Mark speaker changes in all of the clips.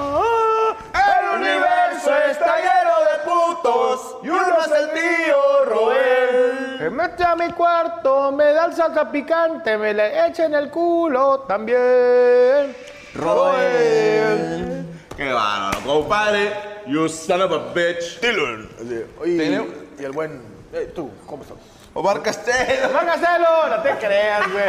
Speaker 1: El universo está lleno de putos y uno es el tío Roel.
Speaker 2: Me mete a mi cuarto, me da el salsa picante, me le echa en el culo también.
Speaker 1: Roel. Qué bárbaro, compadre. You son of a bitch. Dylan.
Speaker 2: Y el buen. eh, tú, ¿cómo estás?
Speaker 1: Omar Castelo.
Speaker 2: Eh, ¡Van a hacerlo! No te creas, güey.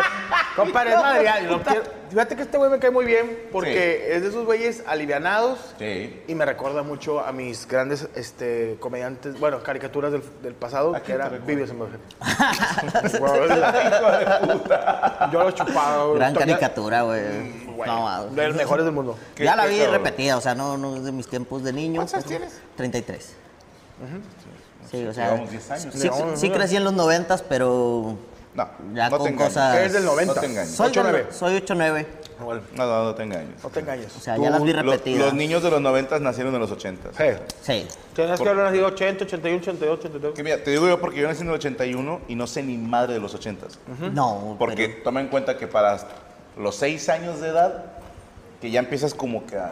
Speaker 2: Compadre, es madre. ya, no quiero- Fíjate que este güey me cae muy bien porque es de esos güeyes alivianados
Speaker 1: Sí.
Speaker 2: y me recuerda mucho a mis grandes este, comediantes, bueno, caricaturas del, del pasado, que era Vivios en Yo lo chupaba, güey.
Speaker 3: Gran
Speaker 2: Toña-
Speaker 3: caricatura, güey.
Speaker 2: güey,
Speaker 3: No, va.
Speaker 2: de los mejores del mundo.
Speaker 1: ¿Qué-
Speaker 3: Ya la
Speaker 1: qué
Speaker 3: vi
Speaker 1: cabrón?
Speaker 3: repetida, o sea, no, no es de mis tiempos de niño.
Speaker 2: ¿Cuántos años tienes?
Speaker 3: 33. Sí, o sea,
Speaker 1: Llevamos 10 años.
Speaker 3: sí-
Speaker 2: Llevamos-
Speaker 3: sí crecí en los 90, pero
Speaker 1: No,
Speaker 3: Ya
Speaker 1: no
Speaker 3: con
Speaker 1: te engañes.
Speaker 3: cosas-
Speaker 2: Es del 90.
Speaker 1: No te engañes.
Speaker 3: soy
Speaker 2: 8-9.
Speaker 3: 8-9. Soy 8-9,
Speaker 2: Igual,
Speaker 1: No, no, no te engañes.
Speaker 2: No te engañes.
Speaker 3: o sea, ya las vi
Speaker 1: Los-
Speaker 3: repetidas.
Speaker 1: Los, niños de los 90 nacieron en los 80.
Speaker 2: Sí.
Speaker 3: Sí.
Speaker 2: Tienes que haber nacido 80, 81, 82, 82.
Speaker 1: Que mira, te digo yo porque yo nací en el 81 y no sé ni madre de los 80.
Speaker 3: No,
Speaker 1: Porque
Speaker 3: pero-
Speaker 1: toma en cuenta que para los 6 años de edad, que ya empiezas como que a,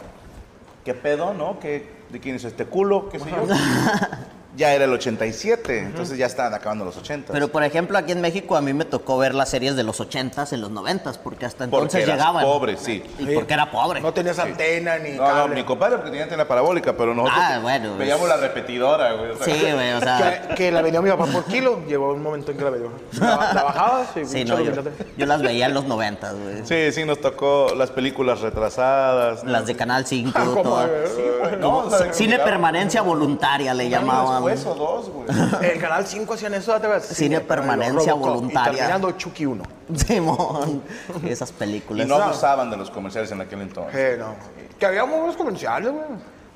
Speaker 1: ¿Qué pedo, no? ¿Qué, ¿De quién es este culo? ¿Qué sé yo? ya era el 87, entonces ya estaban acabando los 80.
Speaker 3: Pero por ejemplo, aquí en México a mí me tocó ver las series de los 80s en los 90s, porque hasta
Speaker 1: Porque
Speaker 3: entonces
Speaker 1: eras
Speaker 3: llegaban.
Speaker 1: pobre, sí.
Speaker 3: Y porque era pobre.
Speaker 2: No tenías antena ni
Speaker 1: No, no,
Speaker 2: cable.
Speaker 1: mi compadre porque tenía antena parabólica, pero nosotros
Speaker 3: Ah, bueno,
Speaker 1: veíamos
Speaker 3: es-
Speaker 1: la repetidora, güey. o sea,
Speaker 3: Sí, güey, o sea.
Speaker 2: que, que la vendió mi papá por kilo, llegó un momento en que la vendió. La, la bajabas y
Speaker 3: Sí,
Speaker 2: pinche
Speaker 3: no, yo,
Speaker 2: dominante.
Speaker 3: yo las veía en los 90, güey.
Speaker 1: Sí, sí, nos tocó las películas retrasadas.
Speaker 3: Las de Canal 5,
Speaker 2: Como,
Speaker 3: todas.
Speaker 2: eh,
Speaker 1: No, o sea,
Speaker 3: Cine
Speaker 1: llegaban
Speaker 3: permanencia voluntaria le
Speaker 1: un año
Speaker 3: llamaban.
Speaker 1: Después o dos, güey.
Speaker 2: El canal 5 hacían eso, ¿te acuerdas?
Speaker 3: Cine
Speaker 2: güey, pero
Speaker 3: permanencia
Speaker 2: Robocop,
Speaker 3: voluntaria.
Speaker 2: Y terminando Chucky 1.
Speaker 3: Simón, esas películas.
Speaker 1: Y no abusaban de los comerciales en aquel entonces.
Speaker 2: Eh, no. Que había muy buenos comerciales, güey.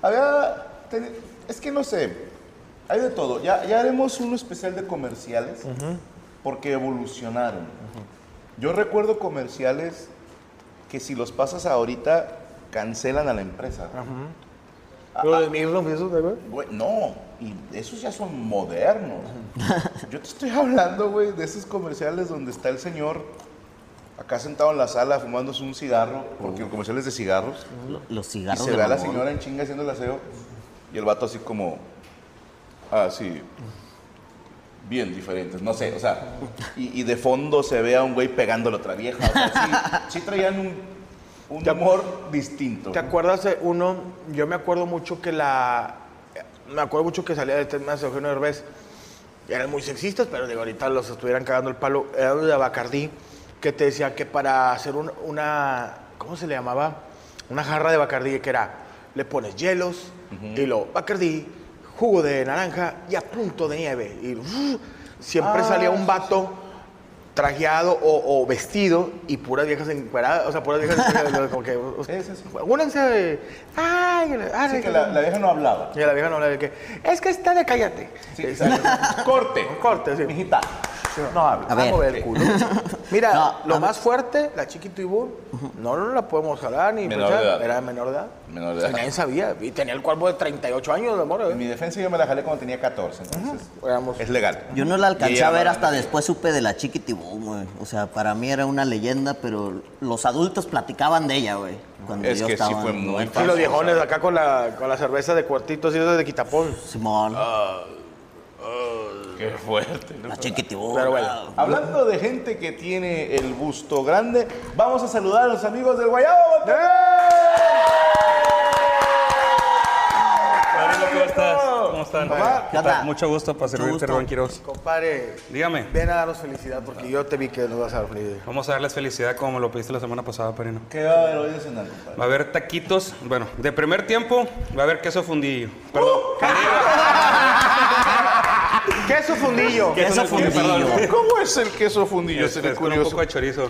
Speaker 1: Había. ten- es que no sé. Hay de todo. Ya, ya haremos uno especial de comerciales porque evolucionaron. Yo recuerdo comerciales que si los pasas ahorita cancelan a la empresa.
Speaker 2: Lo de Mirno, eso, ¿te acuerdas?
Speaker 1: Güey, no, y esos ya son modernos. Yo te estoy hablando, güey, de esos comerciales donde está el señor acá sentado en la sala fumándose un cigarro, porque el comercial es de cigarros.
Speaker 3: Lo- Los Uh.
Speaker 1: Y
Speaker 3: cigarros
Speaker 1: se
Speaker 3: de
Speaker 1: ve a la
Speaker 3: mamón.
Speaker 1: señora en chinga haciendo el aseo y el vato así como, así, bien diferentes, no sé, o sea, y, y de fondo se ve a un güey pegándole a otra vieja, o sea, sí, sí traían un, un amor distinto.
Speaker 2: ¿Te acuerdas de uno? Yo me acuerdo mucho que la. Me acuerdo mucho que salía de este más Eugenio Derbez. Eran muy sexistas, pero digo, ahorita los estuvieran cagando el palo. Era uno de Bacardí que te decía que para hacer un- una. ¿Cómo se le llamaba? Una jarra de Bacardí que era. Le pones hielos y lo Bacardí, jugo de naranja y a punto de nieve. Y ¡uf! siempre salía un vato trajeado o, o vestido y puras viejas encueradas, o sea, puras viejas encueradas, como que,
Speaker 1: Sí, sí, sí.
Speaker 2: Únanse de. Ay, ay,
Speaker 1: Así que la, la vieja no hablaba.
Speaker 2: Y la vieja no habla de que. Es que está de cállate.
Speaker 1: Sí, exacto. corte.
Speaker 2: Corte, sí.
Speaker 1: Mijita.
Speaker 2: No habla.
Speaker 3: A ver.
Speaker 2: Vamos a ver el culo. Mira,
Speaker 3: No,
Speaker 2: lo
Speaker 3: a
Speaker 2: más fuerte, la Chiqui Tibur, no la podemos hablar ni
Speaker 1: Menor de edad.
Speaker 2: Era de menor de edad.
Speaker 1: Menor de
Speaker 2: O sea,
Speaker 1: edad.
Speaker 2: Nadie sabía. Y tenía el cuerpo de 38 años, de amor. ¿eh?
Speaker 1: En mi defensa yo me la jalé cuando tenía 14, entonces
Speaker 2: Éramos-
Speaker 1: es legal.
Speaker 3: Yo no la
Speaker 1: Y
Speaker 3: alcancé
Speaker 1: ella
Speaker 3: a ver
Speaker 1: no-
Speaker 3: hasta después supe de la Chiquitibum, güey. O sea, para mí era una leyenda, pero los adultos platicaban de ella, güey. cuando
Speaker 1: Es
Speaker 3: yo
Speaker 1: que sí
Speaker 3: estaba
Speaker 1: fue
Speaker 3: en
Speaker 1: muy
Speaker 3: Huerta.
Speaker 2: Y los viejones acá con la, con la cerveza de cuartitos y eso de quitapón.
Speaker 3: Simón,
Speaker 1: Ah, Qué fuerte.
Speaker 3: la Chiquitibum.
Speaker 2: Pero bueno.
Speaker 3: ah,
Speaker 1: Hablando de gente que tiene el busto grande, vamos a saludar a los amigos del Guayabo. Monterrey.
Speaker 3: ¡Eh!
Speaker 4: Hola, ¿cómo estás? ¿Cómo están?
Speaker 2: Papá,
Speaker 3: ¿qué onda?
Speaker 4: Mucho gusto para servirte,
Speaker 3: gusto.
Speaker 4: Rubén Quiroz.
Speaker 2: Compadre,
Speaker 4: Dígame.
Speaker 2: ven a darnos felicidad porque yo te vi que nos vas a dar felicidad.
Speaker 4: Vamos a darles felicidad como me lo pediste la semana pasada, Perino.
Speaker 1: ¿Qué va a haber hoy de cenar, compadre?
Speaker 4: Va a haber taquitos, bueno, de primer tiempo va a haber queso fundillo. Perdón.
Speaker 2: Queso fundillo.
Speaker 3: Queso
Speaker 4: fundillo,
Speaker 3: fundillo.
Speaker 4: perdón.
Speaker 1: ¿Cómo es el queso fundillo?
Speaker 4: Es-
Speaker 1: Sería
Speaker 4: es con un
Speaker 1: curioso.
Speaker 4: poco de chorizo.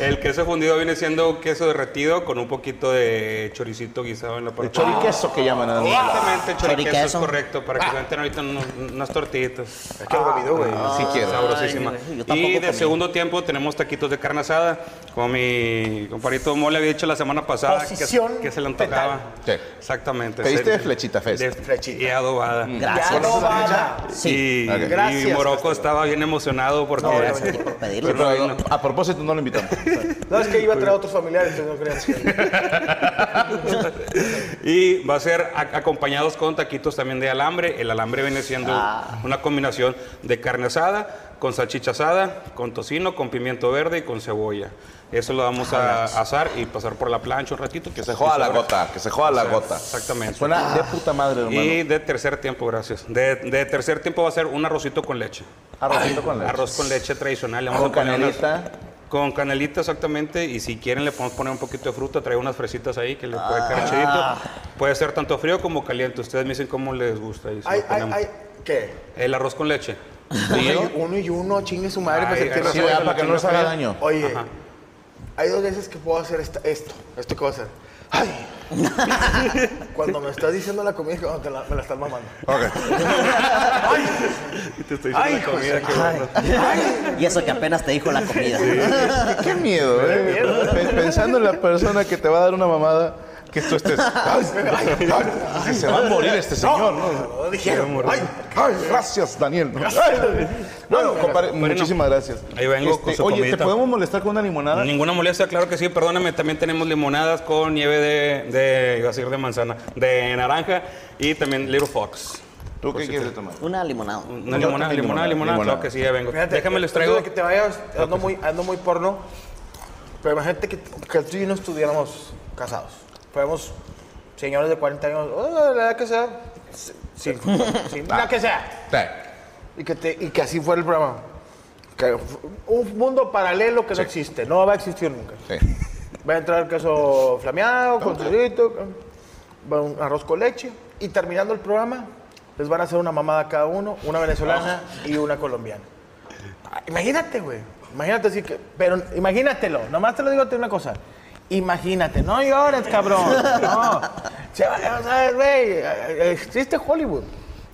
Speaker 4: El queso fundido viene siendo queso derretido con un poquito de choricito guisado en la parte.
Speaker 1: Choriqueso que llaman a
Speaker 4: Ah, Exactamente, choriqueso es
Speaker 3: Choriqueso.
Speaker 4: correcto, para que
Speaker 3: Ah.
Speaker 4: se meten ahorita unos- unas tortillitas.
Speaker 2: Qué bonito, güey.
Speaker 1: Si quieres.
Speaker 4: Sabrosísima.
Speaker 3: Ay, güey, yo tampoco
Speaker 4: Y de
Speaker 3: comí.
Speaker 4: segundo tiempo tenemos taquitos de carne asada. Como mi comparito Mo le había dicho la semana pasada que,
Speaker 2: Posición
Speaker 4: que se le antojaba.
Speaker 1: Sí.
Speaker 4: Exactamente.
Speaker 1: Pediste
Speaker 4: Se-
Speaker 1: de flechita fest. Mm.
Speaker 4: De flechita. Y adobada.
Speaker 3: Gracias.
Speaker 2: Ya no va.
Speaker 3: Sí.
Speaker 4: Y,
Speaker 1: Ok.
Speaker 4: y
Speaker 2: Gracias,
Speaker 4: Morocco
Speaker 2: Castillo.
Speaker 4: estaba bien emocionado porque...
Speaker 3: gracias a ti por pedirlo.
Speaker 4: Pero ahí no-
Speaker 1: A propósito, no lo invitamos.
Speaker 2: No, es que iba a traer a otros familiares, entonces no creas que...
Speaker 4: Y va a ser a- acompañados con taquitos también de alambre. El alambre viene siendo una combinación de carne asada, con salchicha asada, con tocino, con pimiento verde y con cebolla. Eso lo vamos a asar y pasar por la plancha un ratito.
Speaker 1: Que se joda la gota, que se joda la gota.
Speaker 4: Exactamente.
Speaker 1: Suena de puta madre,
Speaker 4: Y
Speaker 1: hermano.
Speaker 4: de tercer tiempo, gracias. De, de tercer tiempo va a ser un arrocito con leche.
Speaker 1: Arrocito con leche.
Speaker 4: Arroz con leche tradicional. Le vamos
Speaker 1: Con
Speaker 4: a poner unas-
Speaker 1: canelita.
Speaker 4: con canelita, exactamente. Y si quieren, le podemos poner un poquito de fruta. Trae unas fresitas ahí que le puede
Speaker 1: Ah.
Speaker 4: quedar chidito. Puede ser tanto frío como caliente. Ustedes me dicen cómo les gusta. y se lo
Speaker 2: Ay, ay,
Speaker 4: ponemos.
Speaker 2: ay, ¿qué?
Speaker 4: El arroz con leche.
Speaker 2: Uno y- uno y uno, chingue su madre pues, para
Speaker 4: Ay,
Speaker 2: sentirlo
Speaker 4: ay,
Speaker 1: Sí,
Speaker 4: sí,
Speaker 1: ya,
Speaker 4: la
Speaker 1: para que no nos haga daño.
Speaker 2: Oye, hay dos veces que puedo hacer esta- esto. ¿Esto qué voy a hacer? ¡Ay! cuando me estás diciendo la comida, es cuando te la- me la estás mamando. ¡Ay!
Speaker 4: Te estoy
Speaker 2: ¡Ay, hijo de su-
Speaker 3: Y eso que apenas te dijo la comida.
Speaker 1: Qué miedo, eh. Pe- Pensando en la persona que te va a dar una mamada, que tú estés. "Ay, ay, ay, que se va a morir este señor, ¿no?
Speaker 2: No dijeron. ¡Ay!
Speaker 1: Ay, gracias, Daniel. Ay, bueno, compadre, muchísimas gracias. Este,
Speaker 4: Ahí vengo con su
Speaker 1: Oye, ¿te
Speaker 4: comidita.
Speaker 1: podemos molestar con una limonada?
Speaker 4: Ninguna molestia, claro que sí, perdóname. También tenemos limonadas con nieve de, de iba a decir de manzana, de naranja y también Little Fox.
Speaker 1: ¿Tú qué quieres tomar?
Speaker 3: Una limonada.
Speaker 4: Una
Speaker 1: Yo también
Speaker 4: limonada,
Speaker 1: limonada,
Speaker 4: limonada, limonada,
Speaker 1: limonada.
Speaker 4: claro que sí, ya vengo.
Speaker 2: Fíjate, eh,
Speaker 4: Déjame
Speaker 1: eh,
Speaker 4: les
Speaker 2: antes
Speaker 4: traigo.
Speaker 2: de que te vayas, ando muy, ando muy porno. Pero imagínate que, que tú y yo no estuviéramos casados. Fuéramos señores de 40 años, o de la edad que sea. Sí, sí, sí,
Speaker 4: Ah.
Speaker 2: la que sea. Y que, te- y que así fuera el programa. Que fu- un mundo paralelo que no existe, no va a existir nunca.
Speaker 1: Sí.
Speaker 2: Va a entrar el queso flameado, con chorizo, va un arroz con leche. Y terminando el programa, les van a hacer una mamada cada uno, una venezolana y una colombiana. Ah, Imagínate, güey. Imagínate así que. Pero imagínatelo. Nomás te lo digo te una cosa. Imagínate, no llores, cabrón. No. Se va- o sea, güey. eh, Existe Hollywood.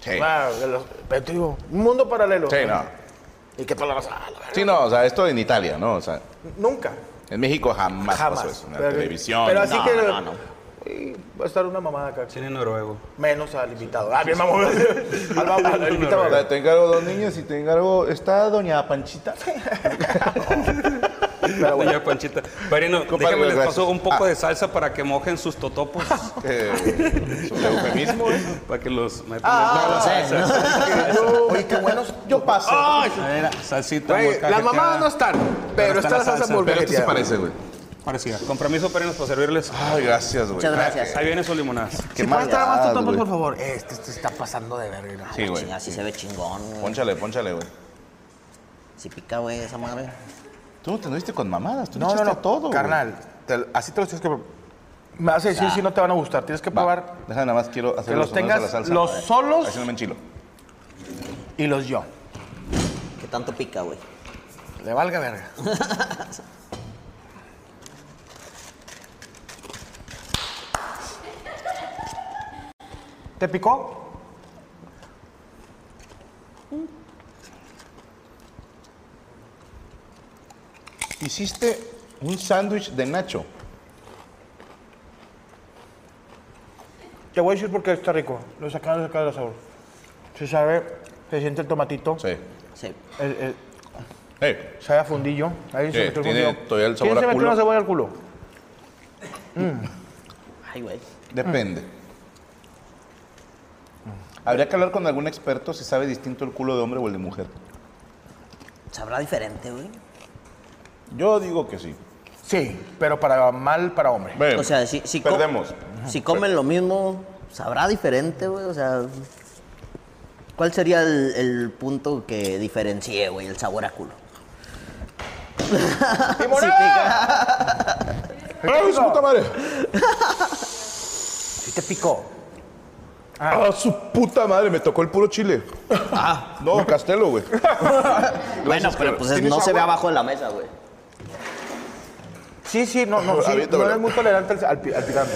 Speaker 1: Sí.
Speaker 2: Wow, de los- pero te digo, un mundo paralelo.
Speaker 1: Sí, no.
Speaker 2: ¿Y qué palabras? Ah, la verga.
Speaker 1: Sí, no, o sea, esto en Italia, ¿no? O sea,
Speaker 2: Nunca.
Speaker 1: en México jamás,
Speaker 2: Jamás.
Speaker 1: pasó eso. En la
Speaker 2: Pero-
Speaker 1: televisión.
Speaker 2: Pero así
Speaker 3: no,
Speaker 2: que.
Speaker 3: no, no.
Speaker 2: Y va a estar una mamada acá.
Speaker 4: Tiene noruego.
Speaker 2: Menos al invitado. Ah, bien, mamón. Al mamón, al invitado.
Speaker 1: O sea, te encargo dos niños y te encargo. ¿Está doña Panchita?
Speaker 4: Pero Ya, Panchita. Marino,
Speaker 1: Compadre,
Speaker 4: déjame les
Speaker 1: gracias.
Speaker 4: paso un poco
Speaker 1: Ah.
Speaker 4: de salsa para que mojen sus totopos.
Speaker 1: Eh, es un eufemismo, ¿eh?
Speaker 4: para que los metan.
Speaker 1: Ah,
Speaker 3: No lo sé. ¿no?
Speaker 2: Oye, qué buenos.
Speaker 1: Yo paso.
Speaker 4: A ver, salsita. ah,
Speaker 2: Güey,
Speaker 4: molcajeteada.
Speaker 2: las mamadas no están, pero está la salsa
Speaker 1: pero esto se
Speaker 2: molcajeteada.
Speaker 1: parece, güey.
Speaker 4: Parecida. Compromiso, Perinos, para servirles.
Speaker 1: Ay, gracias, güey.
Speaker 3: Muchas gracias.
Speaker 4: Ahí vienen sus limonadas.
Speaker 1: Qué
Speaker 2: Si puedes traer más
Speaker 1: maldad,
Speaker 2: totopos,
Speaker 1: güey.
Speaker 2: por favor. Este, este está pasando de verga. ¿no?
Speaker 1: Sí, güey.
Speaker 3: Chinga, Así se ve chingón. güey.
Speaker 1: Pónchale, pónchale, güey.
Speaker 3: Si pica, güey, esa madre.
Speaker 1: Tú no te lo diste con mamadas, tú
Speaker 2: No,
Speaker 1: le
Speaker 2: no,
Speaker 1: echaste
Speaker 2: no.
Speaker 1: a todo. güey.
Speaker 2: Carnal, te- así te los tienes que probar. Me vas a decir si no te van a gustar. Tienes que
Speaker 1: Va,
Speaker 2: probar
Speaker 1: Deja nada más, quiero hacer
Speaker 2: que los
Speaker 1: honores a
Speaker 2: tengas
Speaker 1: la salsa.
Speaker 2: los solos
Speaker 1: Así no me enchilo.
Speaker 2: y los yo.
Speaker 3: ¿Qué tanto pica, güey?
Speaker 2: Le valga verga. ¿Te picó?
Speaker 1: Hiciste un sándwich de nacho.
Speaker 2: Te voy a decir por qué está rico. Lo sacaron de acá del sabor. Se sabe, se siente el tomatito.
Speaker 1: Sí.
Speaker 3: Sí.
Speaker 2: El- el-
Speaker 1: Hey,
Speaker 2: sabe a fundillo. Ahí
Speaker 1: Sí,
Speaker 2: se metió el
Speaker 1: tiene
Speaker 2: fundillo.
Speaker 1: todavía el
Speaker 2: ¿Quién
Speaker 1: sabor a
Speaker 2: se metió
Speaker 1: culo.
Speaker 2: una cebolla al culo?
Speaker 3: Ay, güey.
Speaker 1: depende. Habría que hablar con algún experto si sabe distinto el culo de hombre o el de mujer.
Speaker 3: Sabrá diferente, güey.
Speaker 1: Yo digo que sí.
Speaker 2: Sí, pero para mal, para hombre.
Speaker 1: Ve,
Speaker 3: O sea, si, si co-
Speaker 1: perdemos.
Speaker 3: Si comen lo mismo, sabrá diferente, güey. O sea, ¿cuál sería el, el punto que diferencie, güey, el sabor a culo?
Speaker 2: ¡Limonada!
Speaker 1: ¡Ay, su puta madre!
Speaker 2: Sí te picó.
Speaker 1: ¡Ah, su puta madre! Me tocó el puro chile. Ah, no, castelo, güey.
Speaker 3: bueno, pero
Speaker 1: Carlos.
Speaker 3: pues es-
Speaker 1: ¿Tienes
Speaker 3: no se ve
Speaker 1: agua?
Speaker 3: abajo de la mesa, güey.
Speaker 2: Sí, sí, no, no, sí,
Speaker 1: Aviéntamelo.
Speaker 2: no eres muy tolerante al, al, pi- al picante.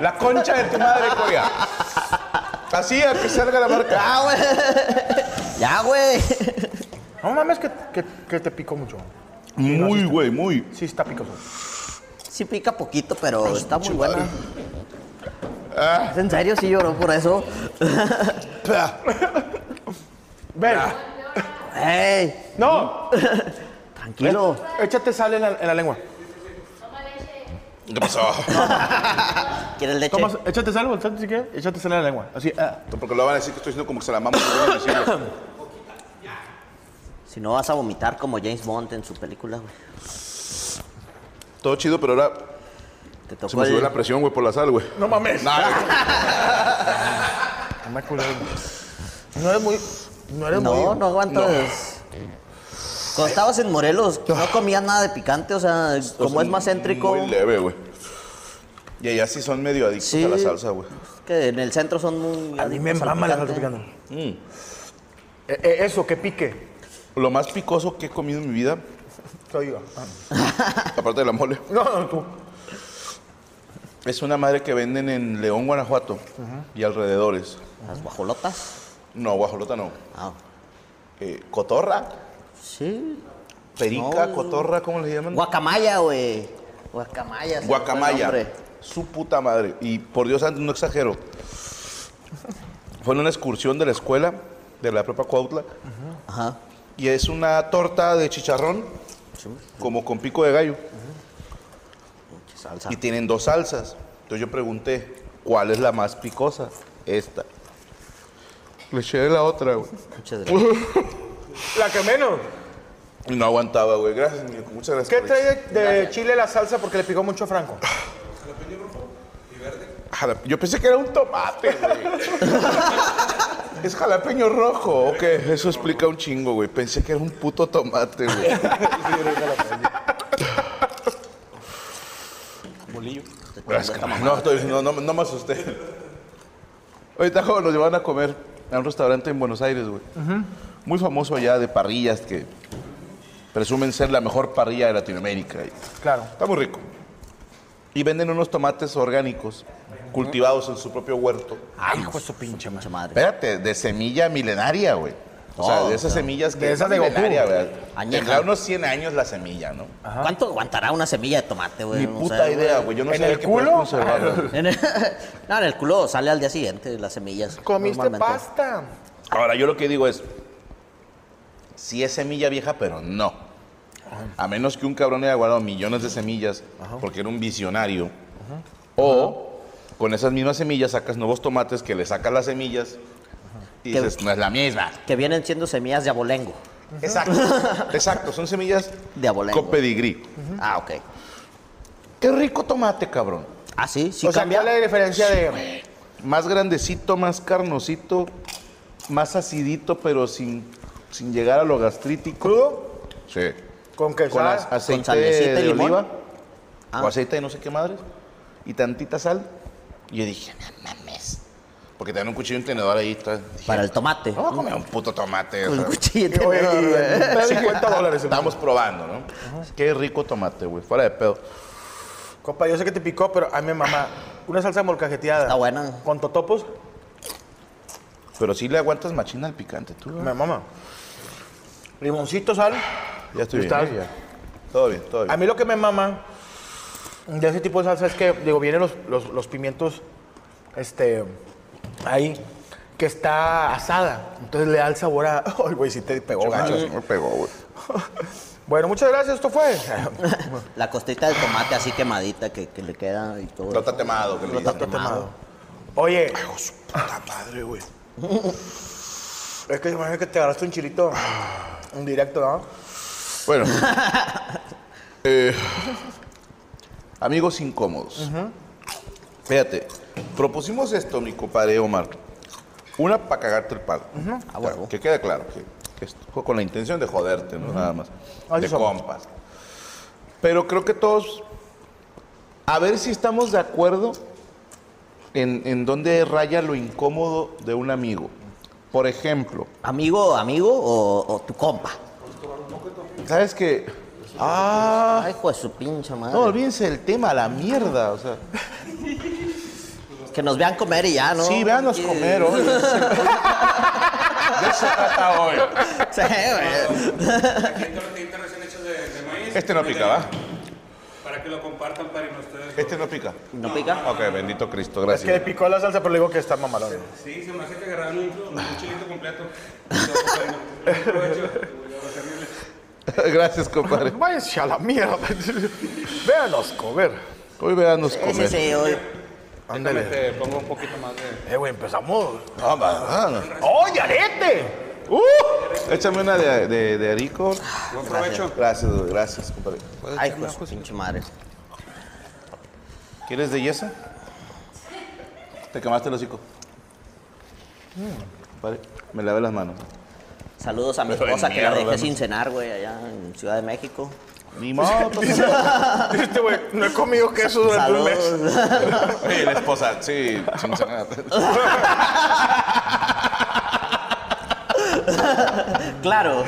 Speaker 1: La concha de tu madre, Corea. Así, a que salga la marca.
Speaker 3: ¡Ya, güey! ¡Ya, güey!
Speaker 2: No mames que, que, que te picó mucho.
Speaker 1: Muy, güey, muy.
Speaker 2: Sí, está picoso.
Speaker 3: Sí pica poquito, pero está muy buena.
Speaker 1: Ah.
Speaker 3: ¿Es en serio? Sí lloró por eso.
Speaker 2: Ven,
Speaker 3: ¡Ey!
Speaker 2: no.
Speaker 3: Tranquilo.
Speaker 2: Échate sal en la, en la lengua.
Speaker 1: ¿Qué pasó?
Speaker 3: ¿Quieres leche?
Speaker 2: Tomas, échate sal, volteate si quieres. Échate sal en la lengua. Así, ah.
Speaker 1: Porque lo van a decir que estoy diciendo como que se la mamo. pero es imposible.
Speaker 3: Si no vas a vomitar como James Bond en su película, güey.
Speaker 1: Todo chido, pero ahora
Speaker 3: Te
Speaker 1: se
Speaker 3: tocó
Speaker 1: me
Speaker 3: el...
Speaker 1: subió la presión, güey, por la sal, güey. Ah,
Speaker 2: No mames.
Speaker 1: Nah,
Speaker 2: No me culé. No eres muy. No eres muy.
Speaker 3: No, no aguantas. Cuando estabas en Morelos, no comías nada de picante, o sea, como es más céntrico,
Speaker 1: Muy leve, güey. Y allá sí son medio adictos
Speaker 3: Sí.
Speaker 1: a la salsa, güey.
Speaker 3: que en el centro son muy...
Speaker 2: A mí me
Speaker 3: adictos al
Speaker 2: mama la salsa
Speaker 3: picante.
Speaker 2: picante. Eh, eh, eso, que pique.
Speaker 1: Lo más picoso que he comido en mi vida,
Speaker 2: Te digo. Ah.
Speaker 1: aparte de la mole,
Speaker 2: No, no, tú.
Speaker 1: es una madre que venden en León, Guanajuato y alrededores.
Speaker 3: Las guajolotas.
Speaker 1: No, guajolota no.
Speaker 3: Ah,
Speaker 1: Eh, cotorra,
Speaker 3: sí.
Speaker 1: perica,
Speaker 3: No.
Speaker 1: cotorra, ¿cómo le llaman?
Speaker 3: Guacamaya, güey. Guacamaya. se me fue el
Speaker 1: Guacamaya.
Speaker 3: nombre.
Speaker 1: Su puta madre. Y por Dios santo, no exagero. Fue en una excursión de la escuela, de la prepa Cuautla,
Speaker 3: Ajá.
Speaker 1: y es una torta de chicharrón, como con pico de gallo.
Speaker 3: Qué Salsa.
Speaker 1: Y tienen dos salsas. Entonces yo pregunté, ¿cuál es la más picosa? Esta. Le eché de la otra, güey.
Speaker 3: Muchas gracias.
Speaker 2: La que menos.
Speaker 1: Y no aguantaba, güey. Gracias, niño. Muchas gracias.
Speaker 2: ¿Qué
Speaker 1: por
Speaker 2: trae
Speaker 1: eso.
Speaker 2: de, de Chile la salsa porque le picó mucho a Franco?
Speaker 1: Jala- Yo pensé que era un tomate, güey. es jalapeño rojo. Ok, eso explica un chingo, güey. Pensé que era un puto tomate, güey. Es que- No, estoy- no, no, no me asusté. Ahorita joven, nos llevaron a comer a un restaurante en Buenos Aires, güey. Muy famoso allá de parrillas que presumen ser la mejor parrilla de Latinoamérica. y-
Speaker 2: Claro.
Speaker 1: Está muy rico. Y venden unos tomates orgánicos cultivados en su propio huerto.
Speaker 3: Ay, hijo de su pinche madre.
Speaker 1: Espérate, de semilla milenaria, güey. O sea,
Speaker 3: Oh,
Speaker 1: de esas
Speaker 3: claro.
Speaker 1: semillas que
Speaker 2: De esas de Goku.
Speaker 1: milenaria, güey.
Speaker 3: Añeja.
Speaker 1: Tendrá unos 100 años la semilla, ¿no?
Speaker 3: ¿Cuánto aguantará una semilla de tomate, güey?
Speaker 1: Ni
Speaker 3: No
Speaker 1: puta
Speaker 3: sé,
Speaker 1: idea, güey. Yo no
Speaker 2: ¿En
Speaker 1: sé
Speaker 2: el culo?
Speaker 3: En el- no, en el culo sale al día siguiente las semillas.
Speaker 2: Comiste
Speaker 3: normalmente.
Speaker 2: pasta.
Speaker 1: Ahora, yo lo que digo es, sí es semilla vieja, pero no. A menos que un cabrón haya guardado millones de semillas porque era un visionario. O con esas mismas semillas sacas nuevos tomates que le sacas las semillas y
Speaker 3: Que-
Speaker 1: dices, no es la misma.
Speaker 3: Que vienen siendo semillas de abolengo.
Speaker 1: Exacto, exacto. Son semillas
Speaker 3: De abolengo.
Speaker 1: con pedigrí.
Speaker 3: Ah, ok.
Speaker 1: Qué rico tomate, cabrón.
Speaker 3: Ah, sí, sí
Speaker 2: o sea,
Speaker 3: cambia.
Speaker 2: ¿cuál es la diferencia de...?
Speaker 1: Más grandecito, más carnosito, más acidito, pero sin, sin llegar a lo gastrítico.
Speaker 2: ¿Crudo?
Speaker 1: Sí.
Speaker 2: Con que
Speaker 1: Con
Speaker 2: sal.
Speaker 1: as- aceite
Speaker 3: salecita y
Speaker 1: de
Speaker 3: limón.
Speaker 1: oliva
Speaker 3: Ah.
Speaker 1: o aceite de no sé qué madres y tantita sal. Y yo dije, no mames. Porque tenían un cuchillo y un tenedor ahí. tal. Dije,
Speaker 3: Para el tomate.
Speaker 1: No voy a comer un puto tomate. o
Speaker 3: Con
Speaker 1: sea.
Speaker 3: cuchillo de
Speaker 2: Ah, Oye,
Speaker 3: tenedor,
Speaker 2: y-
Speaker 3: güey.
Speaker 2: me dije,
Speaker 1: Estamos probando, ¿no? Qué rico tomate, güey. Fuera de pedo.
Speaker 2: Compa, yo sé que te picó, pero a mí me mamá. Una salsa molcajeteada.
Speaker 3: Está buena.
Speaker 2: Con totopos,
Speaker 1: Pero sí le aguantas machina al picante, tú. güey.
Speaker 2: me mama. limoncito, sal.
Speaker 1: Ya estoy
Speaker 2: ¿Estás?
Speaker 1: bien. ¿eh? Ya. Todo bien, todo
Speaker 2: A
Speaker 1: bien.
Speaker 2: mí lo que me mama de ese tipo de salsa es que, digo, vienen los, los- los pimientos, este, ahí, que está asada. Entonces le da el sabor a... Ay, güey, si te pegó, gacho.
Speaker 1: Oh, Gacho, sí me pegó, güey.
Speaker 2: Bueno, muchas gracias, esto fue.
Speaker 3: La costita de tomate así quemadita que, que le queda y todo.
Speaker 1: No está temado, que le
Speaker 3: Está
Speaker 1: dicen.
Speaker 3: temado.
Speaker 2: Oye,
Speaker 1: Puta madre, güey.
Speaker 2: es que imagínate que te agarraste un chilito en directo, ¿no?
Speaker 1: Bueno. Eh, amigos incómodos. Fíjate, propusimos esto, mi compadre Omar. Una para cagarte el palo.
Speaker 3: Ah, huevo.
Speaker 1: Que quede claro que, que esto fue con la intención de joderte, ¿no? Nada más.
Speaker 2: Así
Speaker 1: de
Speaker 2: somos.
Speaker 1: compas. Pero creo que todos. A ver si estamos de acuerdo en, en dónde raya lo incómodo de un amigo. Por ejemplo,
Speaker 3: ¿Amigo, amigo o, o tu compa?
Speaker 1: ¿sabes qué? Ah.
Speaker 3: Ay, hijo de su pinche madre.
Speaker 1: No, olvídense del tema, la mierda, o sea.
Speaker 3: Que nos vean comer y ya, ¿no?
Speaker 1: sí, véanos
Speaker 3: Que-
Speaker 1: comer hoy. De eso trata hoy.
Speaker 3: Sí, güey.
Speaker 4: Tortitas recién hechas de, de maíz.
Speaker 1: Este no pica, ¿va?
Speaker 4: Para que lo compartan para ir ustedes.
Speaker 1: Este no pica.
Speaker 3: ¿No pica?
Speaker 1: Ok, bendito Cristo,
Speaker 2: Es que le
Speaker 1: gracias.
Speaker 2: picó la salsa, pero le digo que está mamalón.
Speaker 4: Sí, se me hace que agarraron un, un chilito completo. Buen provecho.
Speaker 1: gracias, compadre.
Speaker 2: Váyanse a la mierda. Véanos comer.
Speaker 1: Hoy véanos
Speaker 3: Sí, sí,
Speaker 1: comer.
Speaker 3: sí. hoy-
Speaker 4: Déjame te pongo un poquito más de.
Speaker 2: Eh, güey, empezamos.
Speaker 1: Ah, va, va.
Speaker 2: ¡Oye, arete! ¡Uh!
Speaker 1: Échame una de, de, de arico.
Speaker 3: Ah,
Speaker 4: Buen provecho.
Speaker 1: Gracias, güey, gracias, compadre.
Speaker 3: Ay, hijo de su pinche madre.
Speaker 1: ¿Quieres de yeso? Te quemaste el hocico. Mm, Compadre, me lavé las manos.
Speaker 3: Saludos a mi
Speaker 1: Pero de
Speaker 3: esposa que la
Speaker 1: mierda,
Speaker 3: dejé
Speaker 1: vamos.
Speaker 3: sin cenar, güey, allá en Ciudad de México.
Speaker 1: Ni modo. pues.
Speaker 2: Este güey, no he comido queso durante un mes.
Speaker 3: Saludos.
Speaker 1: Oye, la esposa, sí, sin cenar.
Speaker 3: claro.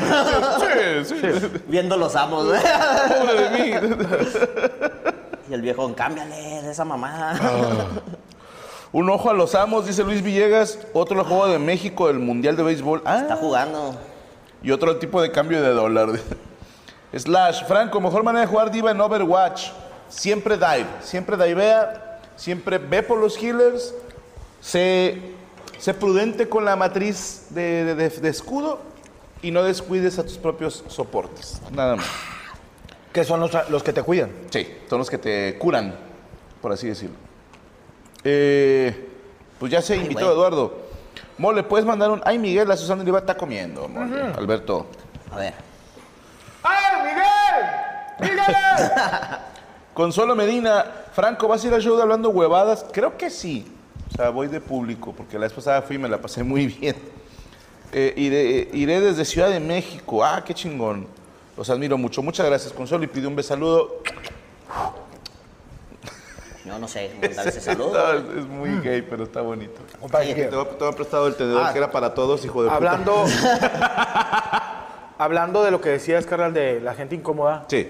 Speaker 1: Sí, sí.
Speaker 3: Viendo los amos, güey.
Speaker 1: Pobre de mí.
Speaker 3: Y el viejo, cámbiale de esa
Speaker 1: Ah.
Speaker 3: mamada.
Speaker 1: Un ojo a los amos, dice Luis Villegas. Otro al juego de México del Mundial de Béisbol.
Speaker 3: Está
Speaker 1: Ah,
Speaker 3: jugando.
Speaker 1: y otro al tipo de cambio de dólar. Slash, Franco, mejor manera de jugar diva en Overwatch. Siempre dive, siempre divea, siempre ve por los healers. Sé, sé prudente con la matriz de, de- de- de escudo y no descuides a tus propios soportes. Nada más.
Speaker 2: Que son los, los que te cuidan.
Speaker 1: Sí, son los que te curan, por así decirlo. Eh, pues ya se invitó
Speaker 3: güey.
Speaker 1: Eduardo. Mole, puedes mandar un. Ay, Miguel, la Susana Oliva está comiendo, mole. Alberto.
Speaker 3: A ver.
Speaker 2: ¡Ay, Miguel! ¡Miguel!
Speaker 1: Consuelo Medina, Franco, ¿vas a ir a show de hablando huevadas? Creo que sí. O sea, voy de público, porque la vez pasada fui y me la pasé muy bien. Eh, iré, iré desde Ciudad de México. Ah, qué chingón. Los admiro mucho. Muchas gracias, Consuelo. Y pide un besaludo.
Speaker 3: Yo no sé, mandar ese
Speaker 1: Está-
Speaker 3: saludo.
Speaker 1: es muy gay, pero está bonito.
Speaker 2: Compadre,
Speaker 1: Te
Speaker 2: Miguel.
Speaker 1: voy a- te voy a prestado el tenedor
Speaker 2: Ah.
Speaker 1: que era para todos, hijo de puta.
Speaker 2: Hablando, hablando de lo que decías, Carnal, de la gente incómoda,
Speaker 1: Sí.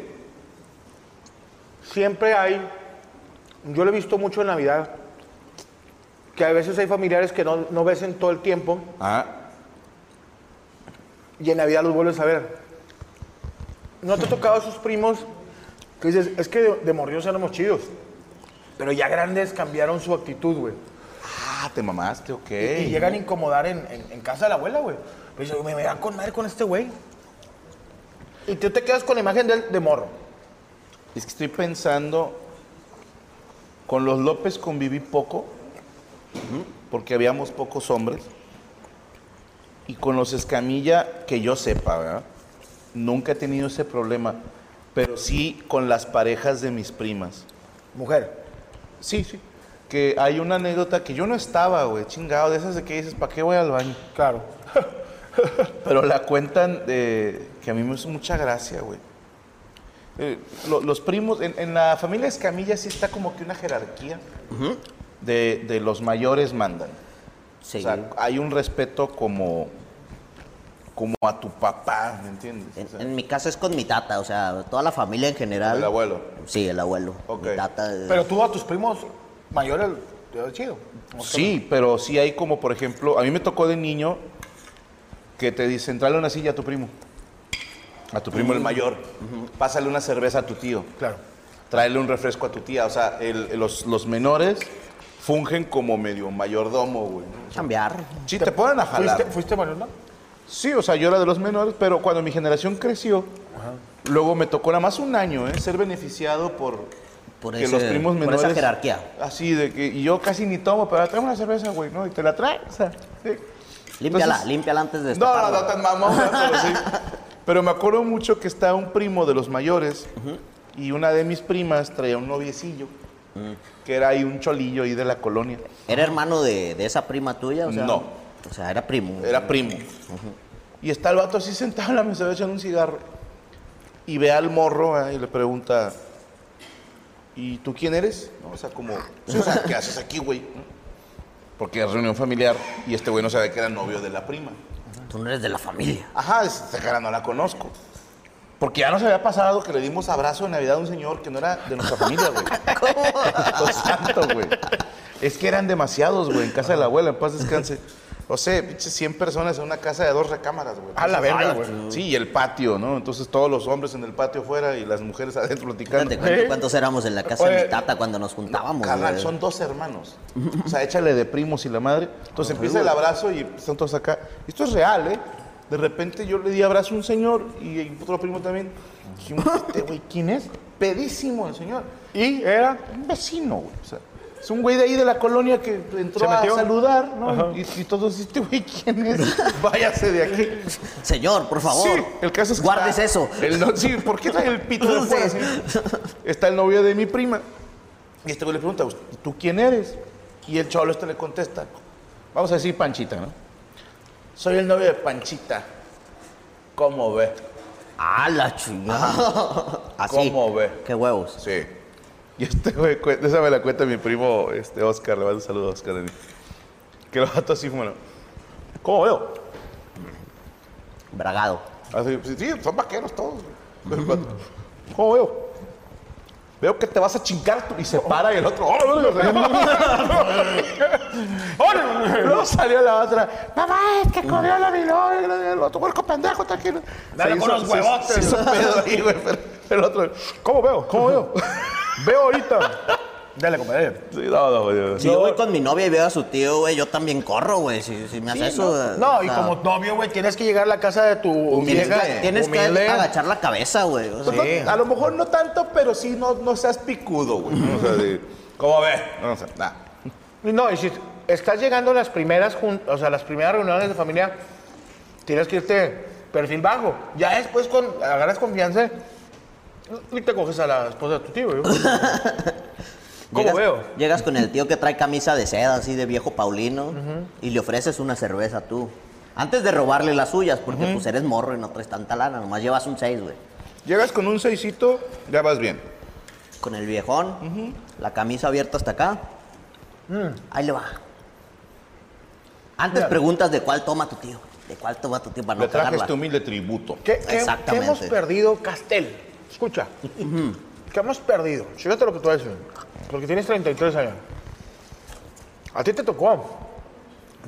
Speaker 2: siempre hay, yo lo he visto mucho en Navidad, que a veces hay familiares que no, no ves en todo el tiempo
Speaker 1: Ah,
Speaker 2: y en Navidad los vuelves a ver. ¿No te ha tocado a sus primos que dices, es que de, de morrillos éramos chidos, pero ya grandes cambiaron su actitud, güey?
Speaker 1: ah, te mamaste, ok.
Speaker 2: Y llegan a incomodar en, en- en casa de la abuela, güey. Me dice, me verán con madre con este güey. Y tú te quedas con la imagen de, él de morro.
Speaker 1: Es que estoy pensando, con los López conviví poco, porque habíamos pocos hombres. Y con los Escamilla, que yo sepa, ¿verdad? Nunca he tenido ese problema, pero sí con las parejas de mis primas.
Speaker 2: Mujer.
Speaker 1: Sí, sí. Que hay una anécdota que yo no estaba, güey, chingado, de esas de que dices, ¿para qué voy al baño?
Speaker 2: Claro.
Speaker 1: Pero la cuentan de, que a mí me hizo mucha gracia, güey. Eh, lo- los primos, en, en la familia Escamilla sí está como que una jerarquía de, de los mayores mandan.
Speaker 3: Sí.
Speaker 1: O sea, hay un respeto como, como a tu papá, ¿me entiendes?
Speaker 3: En,
Speaker 1: O sea,
Speaker 3: en mi casa es con mi tata, o sea, toda la familia en general.
Speaker 1: el abuelo.
Speaker 3: Sí, el abuelo.
Speaker 1: Ok.
Speaker 3: Mi tata. eh,
Speaker 2: Pero tú a tus primos mayores, te ves chido.
Speaker 1: Sí, pero sí hay como, por ejemplo, a mí me tocó de niño que te dicen, tráele una silla a tu primo. a tu
Speaker 2: Mm.
Speaker 1: primo el mayor, pásale una cerveza a tu tío.
Speaker 2: Claro.
Speaker 1: Tráele un refresco a tu tía. O sea, el- los, los menores fungen como medio mayordomo, güey.
Speaker 3: Cambiar.
Speaker 1: Sí, te ponen a jalar.
Speaker 2: ¿Fuiste, fuiste mayordomo?
Speaker 1: Sí, o sea, yo era de los menores, pero cuando mi generación creció, luego me tocó nada más un año, ¿eh? Ser beneficiado por,
Speaker 3: Por
Speaker 1: que
Speaker 3: ese-
Speaker 1: los primos
Speaker 3: por
Speaker 1: menores.
Speaker 3: esa jerarquía.
Speaker 1: Así, de que y yo casi ni tomo, pero trae una cerveza, güey, ¿no? Y te la trae, o sea, sí.
Speaker 3: Límpiala,
Speaker 1: Entonces-
Speaker 3: límpiala antes de
Speaker 1: No,
Speaker 3: destaparla.
Speaker 1: no, no tan mamón, ¿no? pero sí. Pero me acuerdo mucho que está un primo de los mayores y una de mis primas traía un noviecillo,
Speaker 3: Mm.
Speaker 1: que era ahí un cholillo ahí de la colonia.
Speaker 3: ¿Era hermano de, de esa prima tuya? O sea,
Speaker 1: No.
Speaker 3: O sea, era primo.
Speaker 1: Era primo. Y está el vato así sentado en la mesa echando un cigarro. Y ve al morro ¿eh? y le pregunta, ¿y tú quién eres? ¿No? O sea, como, sí, o sea, ¿qué haces aquí, güey? ¿No? Porque es reunión familiar y este güey no sabe que era novio de la prima.
Speaker 3: Tú no eres de la familia.
Speaker 1: Ajá, esta cara no la conozco. Porque ya nos había pasado que le dimos abrazo de Navidad a un señor que no era de nuestra familia, güey. Santo santo, güey. Es que eran demasiados, güey, en casa de la abuela, en paz descanse. O sea, pinche 100 personas en una casa de dos recámaras, güey.
Speaker 2: A la
Speaker 1: Entonces,
Speaker 2: verga,
Speaker 1: ah,
Speaker 2: güey.
Speaker 1: Sí, y el patio, ¿no? Entonces todos los hombres en el patio afuera y las mujeres adentro platicando.
Speaker 3: Te cuento cuántos éramos en la casa de
Speaker 2: Oye,
Speaker 3: mi tata cuando nos juntábamos.
Speaker 1: ¿eh? Carnal,
Speaker 3: güey.
Speaker 1: son dos hermanos. O sea, échale de primos y la madre. Entonces empieza el abrazo y están todos acá. Esto es real, ¿eh? De repente yo le di abrazo a un señor y otro primo también. Dijimos, este güey, ¿quién es? Pedísimo el señor.
Speaker 2: Y era.
Speaker 1: Un vecino, güey. O sea, es un güey de ahí de la colonia que entró
Speaker 2: Se
Speaker 1: a
Speaker 2: metió.
Speaker 1: saludar, ¿no? Y, y todos, este güey, ¿quién es? Váyase de aquí.
Speaker 3: Señor, por favor.
Speaker 1: Sí, el caso es que
Speaker 3: Guardes
Speaker 1: está-
Speaker 3: eso.
Speaker 1: El no- sí, ¿por qué trae el pito de
Speaker 3: Sí.
Speaker 1: fuera, señor? Está el novio de mi prima. Y este güey le pregunta, "¿Y ¿tú quién eres? Y el cholo este le contesta, vamos a decir Panchita, ¿no? Soy el novio de Panchita. ¿Cómo ve?
Speaker 3: Ah, la chingada. Así.
Speaker 1: ¿Cómo ve?
Speaker 3: Qué huevos.
Speaker 1: Sí. Y este güey, cu- esa me la cuenta mi primo este Oscar, le mando un saludo a Oscar. Dani. Que lo gato así, bueno, ¿cómo veo?
Speaker 3: Bragado.
Speaker 1: Así, pues, sí, sí, son vaqueros todos. güey. ¿Cómo veo? Veo que te vas a chingar tú. y se para y el otro. ¡Oh, Luego salió la otra. Mamá, es que corrió la milona. y El otro puerco pendejo, tranquilo.
Speaker 2: Dale con los huevotes.
Speaker 1: Se, hizo pedo ahí, güey. pero el otro. ¿Cómo veo? ¿Cómo veo? veo ahorita.
Speaker 2: Dale, compadre.
Speaker 1: Sí, no, no, güey, no.
Speaker 3: Si yo voy con mi novia y veo a su tío, güey, yo también corro, güey. Si, si me hace pues, eso. ah.
Speaker 2: No,
Speaker 3: o
Speaker 2: y
Speaker 3: sea,
Speaker 2: como novio, güey, tienes que llegar a la casa de tu
Speaker 3: Tienes,
Speaker 2: vieja.
Speaker 3: que, tienes que
Speaker 2: humilde.
Speaker 3: agachar la cabeza, güey. o sea,
Speaker 1: Pues no, a lo mejor no tanto, pero sí no, no seas picudo, güey. ¿no? O sea, de, ¿Cómo ves? No, o sea, nah.
Speaker 2: No, y si estás llegando a las primeras jun- o sea, las primeras reuniones de familia, tienes que irte perfil bajo. Ya después con, agarras confianza y te coges a la esposa de tu tío, ¿eh? güey. ¿Cómo
Speaker 3: llegas,
Speaker 2: veo?
Speaker 3: Llegas con el tío que trae camisa de seda, así de viejo paulino, y le ofreces una cerveza tú. Antes de robarle las suyas, porque pues eres morro y no traes tanta lana, nomás llevas un seis, güey.
Speaker 1: Llegas con un seisito, ya vas bien.
Speaker 3: Con el viejón, la camisa abierta hasta acá. Ahí le va. Antes preguntas de cuál toma tu tío. De cuál toma tu tío para
Speaker 1: Le
Speaker 3: no
Speaker 1: traje
Speaker 3: cagarla.
Speaker 1: este humilde tributo.
Speaker 2: ¿Qué, qué- qué
Speaker 3: Exactamente.
Speaker 2: hemos perdido, Castel? Escucha. ¿Qué hemos perdido? Fíjate lo que tú dices, porque tienes 33 años. A ti te tocó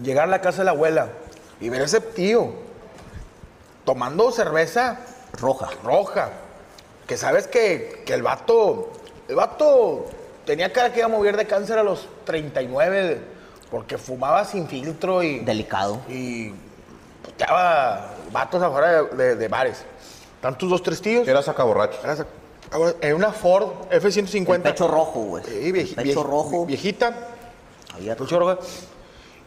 Speaker 2: llegar a la casa de la abuela y ver a ese tío tomando cerveza
Speaker 3: Roja.
Speaker 2: roja. Que sabes que, que el vato. El vato tenía cara que iba a morir de cáncer a los 39 porque fumaba sin filtro y.
Speaker 3: Delicado.
Speaker 2: Y puteaba vatos afuera de, de- de bares. Están tus dos, tres tíos.
Speaker 1: Era sacaborracho.
Speaker 2: Era sac- ahora, En una Ford F-150.
Speaker 3: El pecho rojo, güey.
Speaker 2: Sí,
Speaker 3: El
Speaker 2: vieji-
Speaker 3: pecho
Speaker 2: vieji-
Speaker 3: rojo.
Speaker 2: Viejita.
Speaker 3: Abierto.
Speaker 2: El chorro, güey.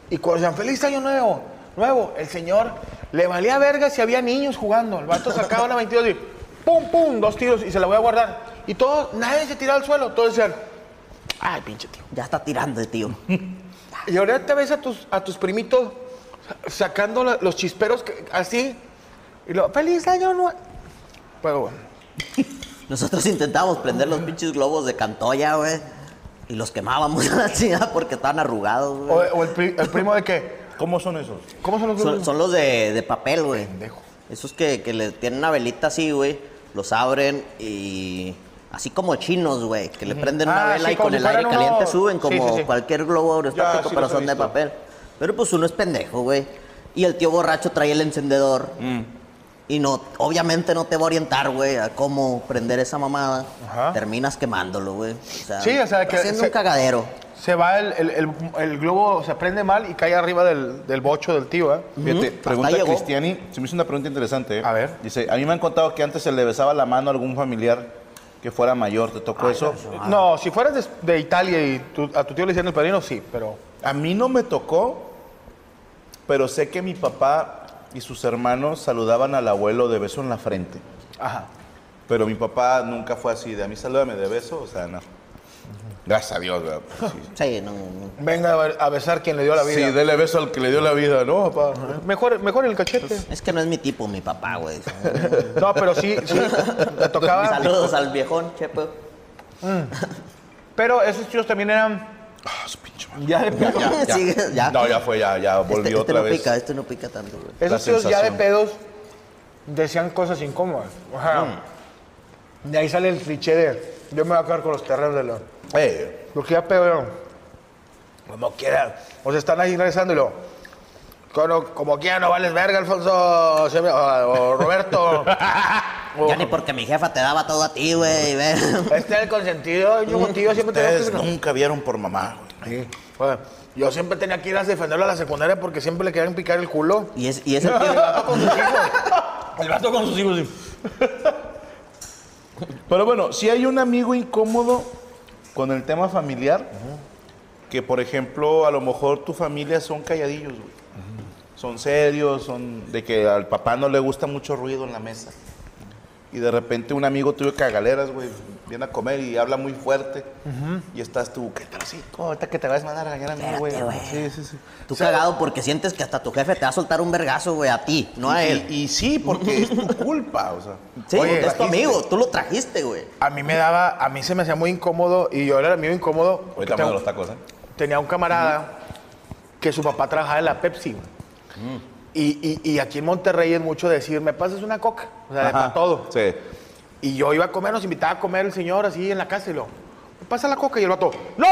Speaker 2: Y cuando decían, feliz año nuevo, nuevo, el señor le valía verga si había niños jugando. El vato sacaba una 22 y pum, pum, dos tiros y se la voy a guardar. Y todos, nadie se tiraba al suelo. Todos decían, ay, pinche tío.
Speaker 3: Ya está tirando el tío.
Speaker 2: Y ahora te ves a tus, a tus primitos sacando la- los chisperos que- así. Y luego, feliz año nuevo. Pero bueno,
Speaker 3: Nosotros intentábamos prender los pinches globos de Cantoya, güey. Y los quemábamos a la chingada porque estaban arrugados,
Speaker 2: o,
Speaker 3: güey.
Speaker 2: o el, pri- el primo de que,
Speaker 1: ¿Cómo son esos?
Speaker 2: ¿cómo son los
Speaker 3: Son,
Speaker 2: globos?
Speaker 3: son los de, de papel, güey. Esos que, que le tienen una velita así, güey. Los abren y. Así como chinos, güey. Que le prenden una
Speaker 2: Ah,
Speaker 3: vela
Speaker 2: sí,
Speaker 3: y
Speaker 2: como
Speaker 3: con
Speaker 2: si
Speaker 3: el aire
Speaker 2: fueran
Speaker 3: caliente
Speaker 2: unos-
Speaker 3: suben
Speaker 2: sí,
Speaker 3: como
Speaker 2: sí, sí.
Speaker 3: cualquier globo aerostático,
Speaker 1: Ya, sí
Speaker 3: pero
Speaker 1: los he
Speaker 3: son de
Speaker 1: visto.
Speaker 2: Mm.
Speaker 3: papel. Pero pues uno es pendejo, güey. Y el tío borracho traía el encendedor. Y no, obviamente no te va a orientar, güey, a cómo prender esa mamada.
Speaker 2: Ajá.
Speaker 3: Terminas quemándolo, güey. O sea,
Speaker 2: Sí, o sea, que
Speaker 3: haciendo
Speaker 2: se-
Speaker 3: un cagadero.
Speaker 2: Se va el, el- el- el globo, se prende mal y cae arriba del, del bocho del tío, ¿eh?
Speaker 1: Fíjate, pregunta
Speaker 3: llegó.
Speaker 1: Cristiani, se me hizo una pregunta interesante. ¿eh?
Speaker 2: A ver.
Speaker 1: Dice, a mí me han contado que antes se le besaba la mano a algún familiar que fuera mayor, ¿te tocó eso?
Speaker 2: No, si fueras de, de Italia y tu- a tu tío le hicieron el padrino, sí, pero.
Speaker 1: A mí no me tocó, pero sé que mi papá y sus hermanos saludaban al abuelo de beso en la frente.
Speaker 2: Ajá.
Speaker 1: Pero mi papá nunca fue así, de a mí salúdame de beso, o sea, no. Gracias a Dios, ¿verdad? Pues sí.
Speaker 3: Sí, no, no.
Speaker 2: Venga a be- a besar quien le dio la vida.
Speaker 1: Sí, dele beso al que le dio la vida, ¿no, papá?
Speaker 2: Mejor, mejor el cachete.
Speaker 3: Es que no es mi tipo, mi papá, güey.
Speaker 2: No, pero sí, sí, te tocaba.
Speaker 3: Saludos al viejón, chepe.
Speaker 2: Pero esos tíos también eran.
Speaker 1: Ah, su pinche madre.
Speaker 2: Ya de pedo.
Speaker 3: Ya,
Speaker 1: Ya,
Speaker 3: sigue, ya.
Speaker 1: No, ya fue, ya, ya
Speaker 3: Este,
Speaker 1: volvió
Speaker 3: este
Speaker 1: otra
Speaker 3: no
Speaker 1: vez.
Speaker 3: pica, este no pica tanto, güey.
Speaker 2: Esos
Speaker 1: La
Speaker 2: tíos ya de
Speaker 1: sensación.
Speaker 2: pedos decían cosas incómodas. Ajá.
Speaker 1: Mm.
Speaker 2: De ahí sale el cliché de yo me voy a quedar con los terrenos de León.
Speaker 1: Eh,
Speaker 2: Porque ya pedo. Como quieran. O sea, están ahí regresando y luego, "Cono- Como, quieran, no vales verga, Alfonso. O, o Roberto.
Speaker 3: Ya ni porque mi jefa te daba todo a ti, güey. ve.
Speaker 2: Este es el consentido. Yo contigo siempre te
Speaker 1: Mm, ustedes nunca vieron por mamá, güey.
Speaker 2: Sí. Bueno, yo siempre tenía que ir a defenderlo a la secundaria porque siempre le querían picar el culo.
Speaker 3: Y, es, y ese tío,
Speaker 2: El vato con sus hijos.
Speaker 1: Pero bueno, si hay un amigo incómodo con el tema familiar, que por ejemplo, a lo mejor tu familia son calladillos, güey. Son serios, son de que al papá no le gusta mucho ruido en la mesa. Y de repente un amigo tuyo cagaleras, güey, viene a comer y habla muy fuerte. Y estás tú, qué trocito, ahorita que te vas a mandar a regañar a mí, güey.
Speaker 3: Espérate, güey.
Speaker 1: Sí, sí, sí.
Speaker 3: tú cagado porque sientes que hasta tu jefe te va a soltar un vergazo, güey, a ti, no a
Speaker 1: Y-
Speaker 3: él.
Speaker 1: Y, y sí, porque es tu culpa, o sea.
Speaker 3: Sí,
Speaker 2: Oye,
Speaker 3: porque es tu
Speaker 2: trajiste.
Speaker 3: amigo, tú lo trajiste, güey.
Speaker 2: A mí me daba, a mí se me hacía muy incómodo y yo era el amigo incómodo. porque
Speaker 1: Ahorita mando los
Speaker 2: tengo-
Speaker 1: tacos, ¿eh?
Speaker 2: tenía un camarada que su papá trabajaba en la Pepsi. güey.
Speaker 1: Mm.
Speaker 2: Y, y- y aquí en Monterrey es mucho decir, me pasas una coca, o sea, de para todo.
Speaker 1: Sí.
Speaker 2: Y yo iba a comer, nos invitaba a comer el señor así en la casa y lo, me pasa la coca y el vato, ¡No!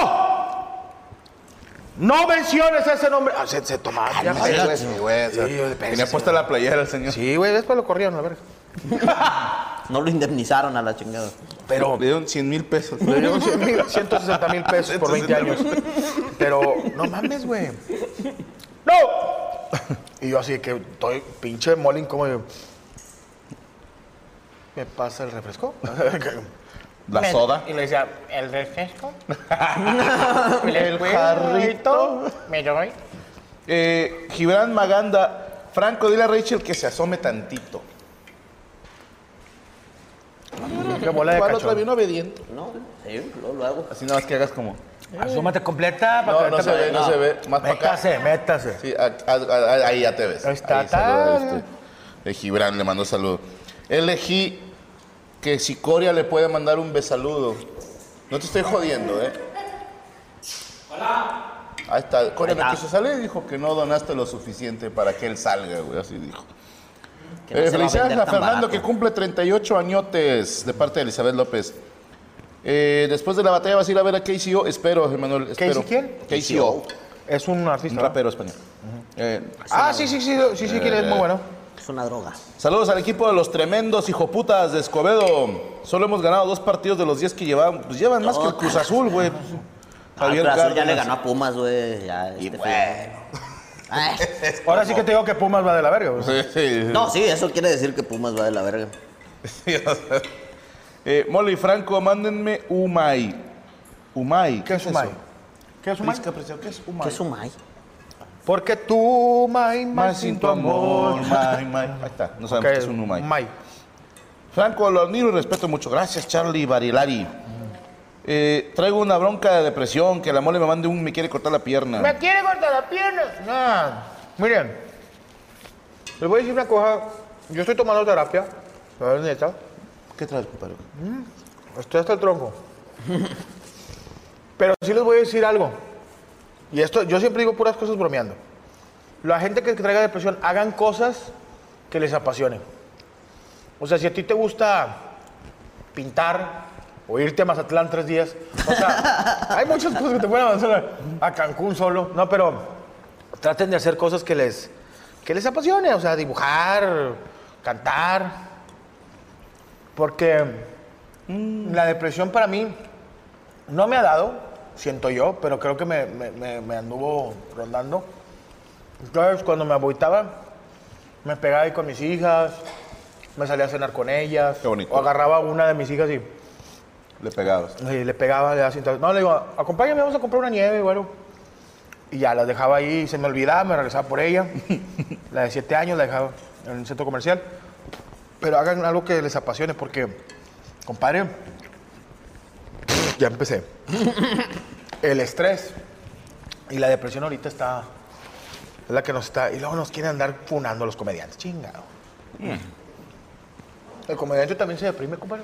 Speaker 2: ¡No menciones ese nombre! Ah, se, se tomaba. ya,
Speaker 1: Sí,
Speaker 2: güey.
Speaker 1: güey, sí, güey, o sea,
Speaker 2: Sí, yo de
Speaker 1: Tenía
Speaker 2: pensé,
Speaker 1: puesta
Speaker 2: güey.
Speaker 1: la playera el señor.
Speaker 2: Sí, güey, después lo corrieron, a ver.
Speaker 3: No lo indemnizaron a la chingada.
Speaker 2: Pero
Speaker 1: Le dieron 100 mil pesos.
Speaker 2: Le dieron 100 mil, 160 mil pesos por 20 años.
Speaker 1: 160
Speaker 2: Pero, no mames, güey. ¡No! Y yo así que estoy pinche molin como yo. ¿Me pasa el refresco?
Speaker 1: La soda.
Speaker 5: Y le decía, ¿el refresco?
Speaker 2: El jarrito.
Speaker 5: ¿Me lo doy?
Speaker 1: Eh, Gibran Maganda. Franco, dile a Rachel que se asome tantito.
Speaker 2: Qué bola de
Speaker 1: ¿Cuál otra
Speaker 2: cachón.
Speaker 1: bien obediente?
Speaker 3: No, sí, lo, lo hago.
Speaker 1: Así nada más que hagas como.
Speaker 2: Asómate completa.
Speaker 1: No, no se ve, no se ve. Más para acá.
Speaker 2: Métase, métase.
Speaker 1: Sí, a- a- a- ahí ya te ves.
Speaker 2: Ahí está,
Speaker 1: Ahí saluda,
Speaker 2: tal.
Speaker 1: este. De Gibran le mando saludo. Elegí que si Coria le puede mandar un besaludo. No te estoy jodiendo, ¿eh? Hola. Ahí está. Coria
Speaker 3: Ahí está.
Speaker 1: no quiso salir y dijo que no donaste lo suficiente para que él salga, güey. Así dijo.
Speaker 3: Que no
Speaker 1: Eh,
Speaker 3: se va
Speaker 1: felicidades
Speaker 3: vender
Speaker 1: a
Speaker 3: tan
Speaker 1: Fernando
Speaker 3: barato.
Speaker 1: que cumple 38 añotes de parte de Elizabeth López. Eh, después de la batalla vas a ir a ver a KCO. Espero, Emanuel. Espero.
Speaker 2: ¿Casey quién?
Speaker 1: KCO.
Speaker 2: Es un
Speaker 1: Un
Speaker 2: artista.
Speaker 1: rapero español. Eh,
Speaker 2: Ah, sí, sí, sí, sí, sí, que es muy bueno.
Speaker 3: Es una droga.
Speaker 1: Saludos al equipo de los tremendos hijoputas de Escobedo. Solo hemos ganado dos partidos de los 10 que llevan. Pues llevan más que el Cruz Azul, güey.
Speaker 3: Ah, el Cruz Azul ya le
Speaker 1: Cárdenas.
Speaker 3: ganó a Pumas, güey. Ya,
Speaker 1: Y
Speaker 3: este
Speaker 1: bueno.
Speaker 3: fin. Ay.
Speaker 2: Ahora sí que te digo que Pumas va de la verga. güey.
Speaker 1: Sí, sí.
Speaker 3: No, sí, eso quiere decir que Pumas va de la verga.
Speaker 1: Eh, Mole y Franco, mándenme Umay. Umay.
Speaker 2: ¿Qué es Umay? ¿Qué es
Speaker 1: Eso?
Speaker 2: Humay?
Speaker 1: Prisca, Prisca, ¿Qué es Umay?
Speaker 3: ¿Qué es Umay?
Speaker 2: Porque tú, May, May,
Speaker 1: Umay sin tu amor. Umay, Umay. Ahí está. No sabemos um qué es un Umay.
Speaker 2: May.
Speaker 1: Franco, lo admiro y respeto mucho. Gracias, Charlie Barilari. Eh, traigo una bronca de depresión que la mole me mande un me quiere cortar la pierna.
Speaker 5: ¿Me quiere cortar la pierna?
Speaker 2: Ah, miren, les voy a decir una cosa. Yo estoy tomando terapia, la verdad, neta.
Speaker 1: ¿Qué traes, compadre?
Speaker 2: Mm, Estoy hasta el tronco. Pero sí les voy a decir algo. Y esto, yo siempre digo puras cosas bromeando. La gente que traiga depresión, hagan cosas que les apasionen. O sea, si a ti te gusta pintar o irte a Mazatlán tres días, o sea, hay muchas cosas que te pueden avanzar a Cancún solo. No, pero traten de hacer cosas que les, que les apasione. O sea, dibujar, cantar. Porque mm, la depresión para mí no me ha dado, siento yo, pero creo que me, me- me- me anduvo rondando. Entonces, cuando me aboitaba, me pegaba ahí con mis hijas, me salía a cenar con ellas.
Speaker 1: Qué bonito.
Speaker 2: O agarraba a una de mis hijas y
Speaker 1: Le pegabas.
Speaker 2: y le pegaba le hacía entonces, No, le digo, acompáñame, vamos a comprar una nieve, bueno. Y ya, las dejaba ahí, se me olvidaba, me regresaba por ella. la de siete años la dejaba en un centro comercial. Pero hagan algo que les apasione, porque, compadre, ya empecé. El estrés y la depresión ahorita está. Es la que nos está. Y luego nos quieren andar funando los comediantes, chingado. El comediante también se deprime, compadre.